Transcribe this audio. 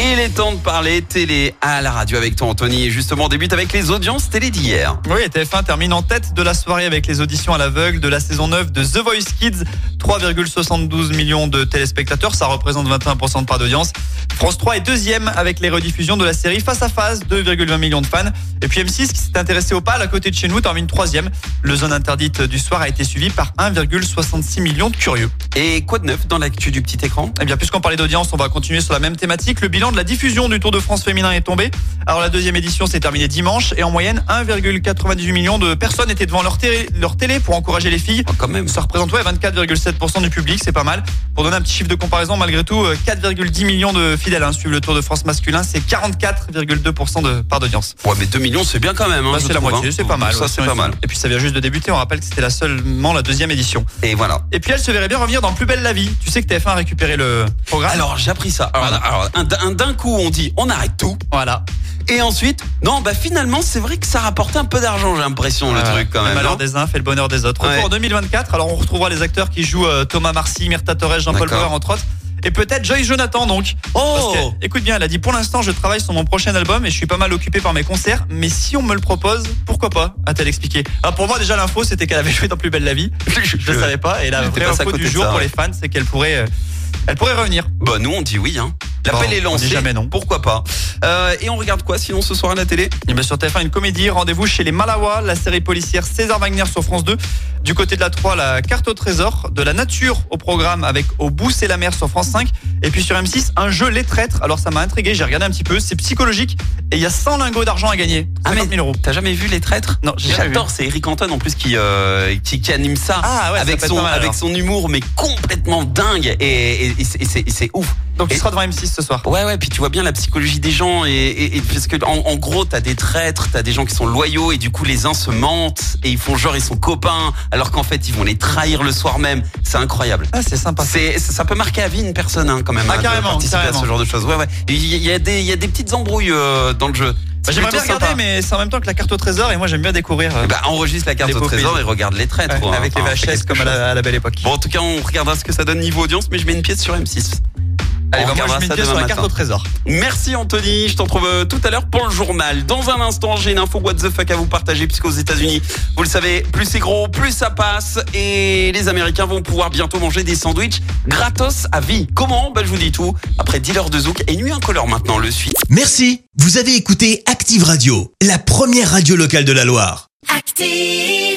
Il est temps de parler télé à la radio avec toi Anthony et justement on débute avec les audiences télé d'hier. Oui, et TF1 termine en tête de la soirée avec les auditions à l'aveugle de la saison 9 de The Voice Kids. 3,72 millions de téléspectateurs, ça représente 21% de part d'audience. France 3 est deuxième avec les rediffusions de la série Face à Face, 2,20 millions de fans. Et puis M6 qui s'est intéressé au pal à côté de chez nous termine troisième. Le zone interdite du soir a été suivi par 1,66 millions de curieux. Et quoi de neuf dans l'actu du petit écran Eh bien, puisqu'on parlait d'audience, on va continuer sur la même thématique. Le bilan de la diffusion du Tour de France féminin est tombé. Alors, la deuxième édition s'est terminée dimanche et en moyenne, 1,98 million de personnes étaient devant leur télé, leur télé pour encourager les filles. Oh, Quand même, Ça représente ouais, 24,7% du public, c'est pas mal. Pour donner un petit chiffre de comparaison, malgré tout, euh, 4,10 millions de fidèles hein, suivent le Tour de France masculin, c'est 44,2% de part d'audience. ouais mais 2 millions c'est bien quand même. hein, Bah, je c'est la trouve, moitié, hein. c'est pas mal. Ça ouais, c'est pas mal. Et puis ça vient juste de débuter, on rappelle que c'était la seulement la deuxième édition. Et voilà. Et puis elle se verrait bien revenir dans Plus belle la vie. Tu sais que TF1 a récupéré le programme. Alors j'ai appris ça. Alors, Ah. alors, un- un- d'un coup on dit on arrête tout voilà. et ensuite non bah finalement c'est vrai que ça rapporte un peu d'argent j'ai l'impression le Ouais. truc quand Ah, Le même. malheur non des uns fait le bonheur des autres. Retour Ouais. en 2024, alors on retrouvera les acteurs qui jouent euh, Thomas Marcy, Myrta Torres, Jean-Paul D'accord. Bauer entre autres. Et peut-être Joyce Jonathan donc. Parce Oh que, écoute bien, elle a dit pour l'instant je travaille sur mon prochain album et je suis pas mal occupé par mes concerts, mais si on me le propose, pourquoi pas a-t-elle expliqué. Alors pour moi déjà l'info c'était qu'elle avait joué dans Plus belle la vie, je le savais pas et la j'étais vraie passé à info côté du de jour ça, pour ouais. les fans c'est qu'elle pourrait euh, elle pourrait revenir. Bah nous on dit oui hein. L'appel Bon, est on lancé. dit jamais non. Pourquoi pas Euh, Et on regarde quoi sinon ce soir à la télé Et bien Eh ben, sur TF1, une comédie, rendez-vous chez les Malawa, la série policière César Wagner sur France 2. Du côté de la 3, la carte au trésor, de la nature au programme avec Au bout c'est la mer sur France 5. Et puis sur M6, un jeu Les Traîtres. Alors ça m'a intrigué, j'ai regardé un petit peu, c'est psychologique et il y a 100 lingots d'argent à gagner. Ah, mais- 50 000 euros. T'as jamais vu les traîtres Non, j'ai jamais vu. J'adore, c'est Eric Anton en plus qui, euh, qui, qui anime ça. Ah ouais, ça avec peut être son, pas mal, avec alors. son humour, mais complètement dingue. Et, et- et c'est- et c'est- et c'est ouf. Donc tu Et- seras devant M6 ce soir. Ouais, ouais, puis tu vois bien la psychologie des gens. Et, et- et parce que, en, en gros, t'as des traîtres, t'as des gens qui sont loyaux, et du coup, les uns se mentent, et ils font genre, ils sont copains, alors qu'en fait, ils vont les trahir le soir même. C'est incroyable. Ah c'est sympa. C'est, ça ça peut marquer à vie une personne hein, quand même. Ah, hein, de carrément, participer à carrément. ce genre de choses. Ouais, ouais. Il y, il y a des, il y a des petites embrouilles euh, dans le jeu. Bah, C'est J'aimerais bien plutôt regarder sympa. mais c'est en même temps que la carte au trésor et moi j'aime bien découvrir euh, Eh ben, enregistre la carte Les au pauvres trésor et paysans. regarde les traîtres. ouais, quoi, avec enfin, fais les VHS quelque comme à chose. la, à la belle époque. Bon, en tout cas, on regardera ce que ça donne niveau audience, mais je mets une pièce sur M6. Allez, on bah, moi je regardera mets une ça pièce sur demain la carte matin. au trésor. Merci Anthony, je t'en trouve euh, tout à l'heure pour le journal. Dans un instant, j'ai une info what the fuck à vous partager, puisqu'aux États-Unis, vous le savez, plus c'est gros, plus ça passe, et les Américains vont pouvoir bientôt manger des sandwichs gratos à vie. Comment Bah, je vous dis tout. Après Dealer de Zouk et Nuit Incolore maintenant, le suite. Merci, vous avez écouté Active Radio, la première radio locale de la Loire. active.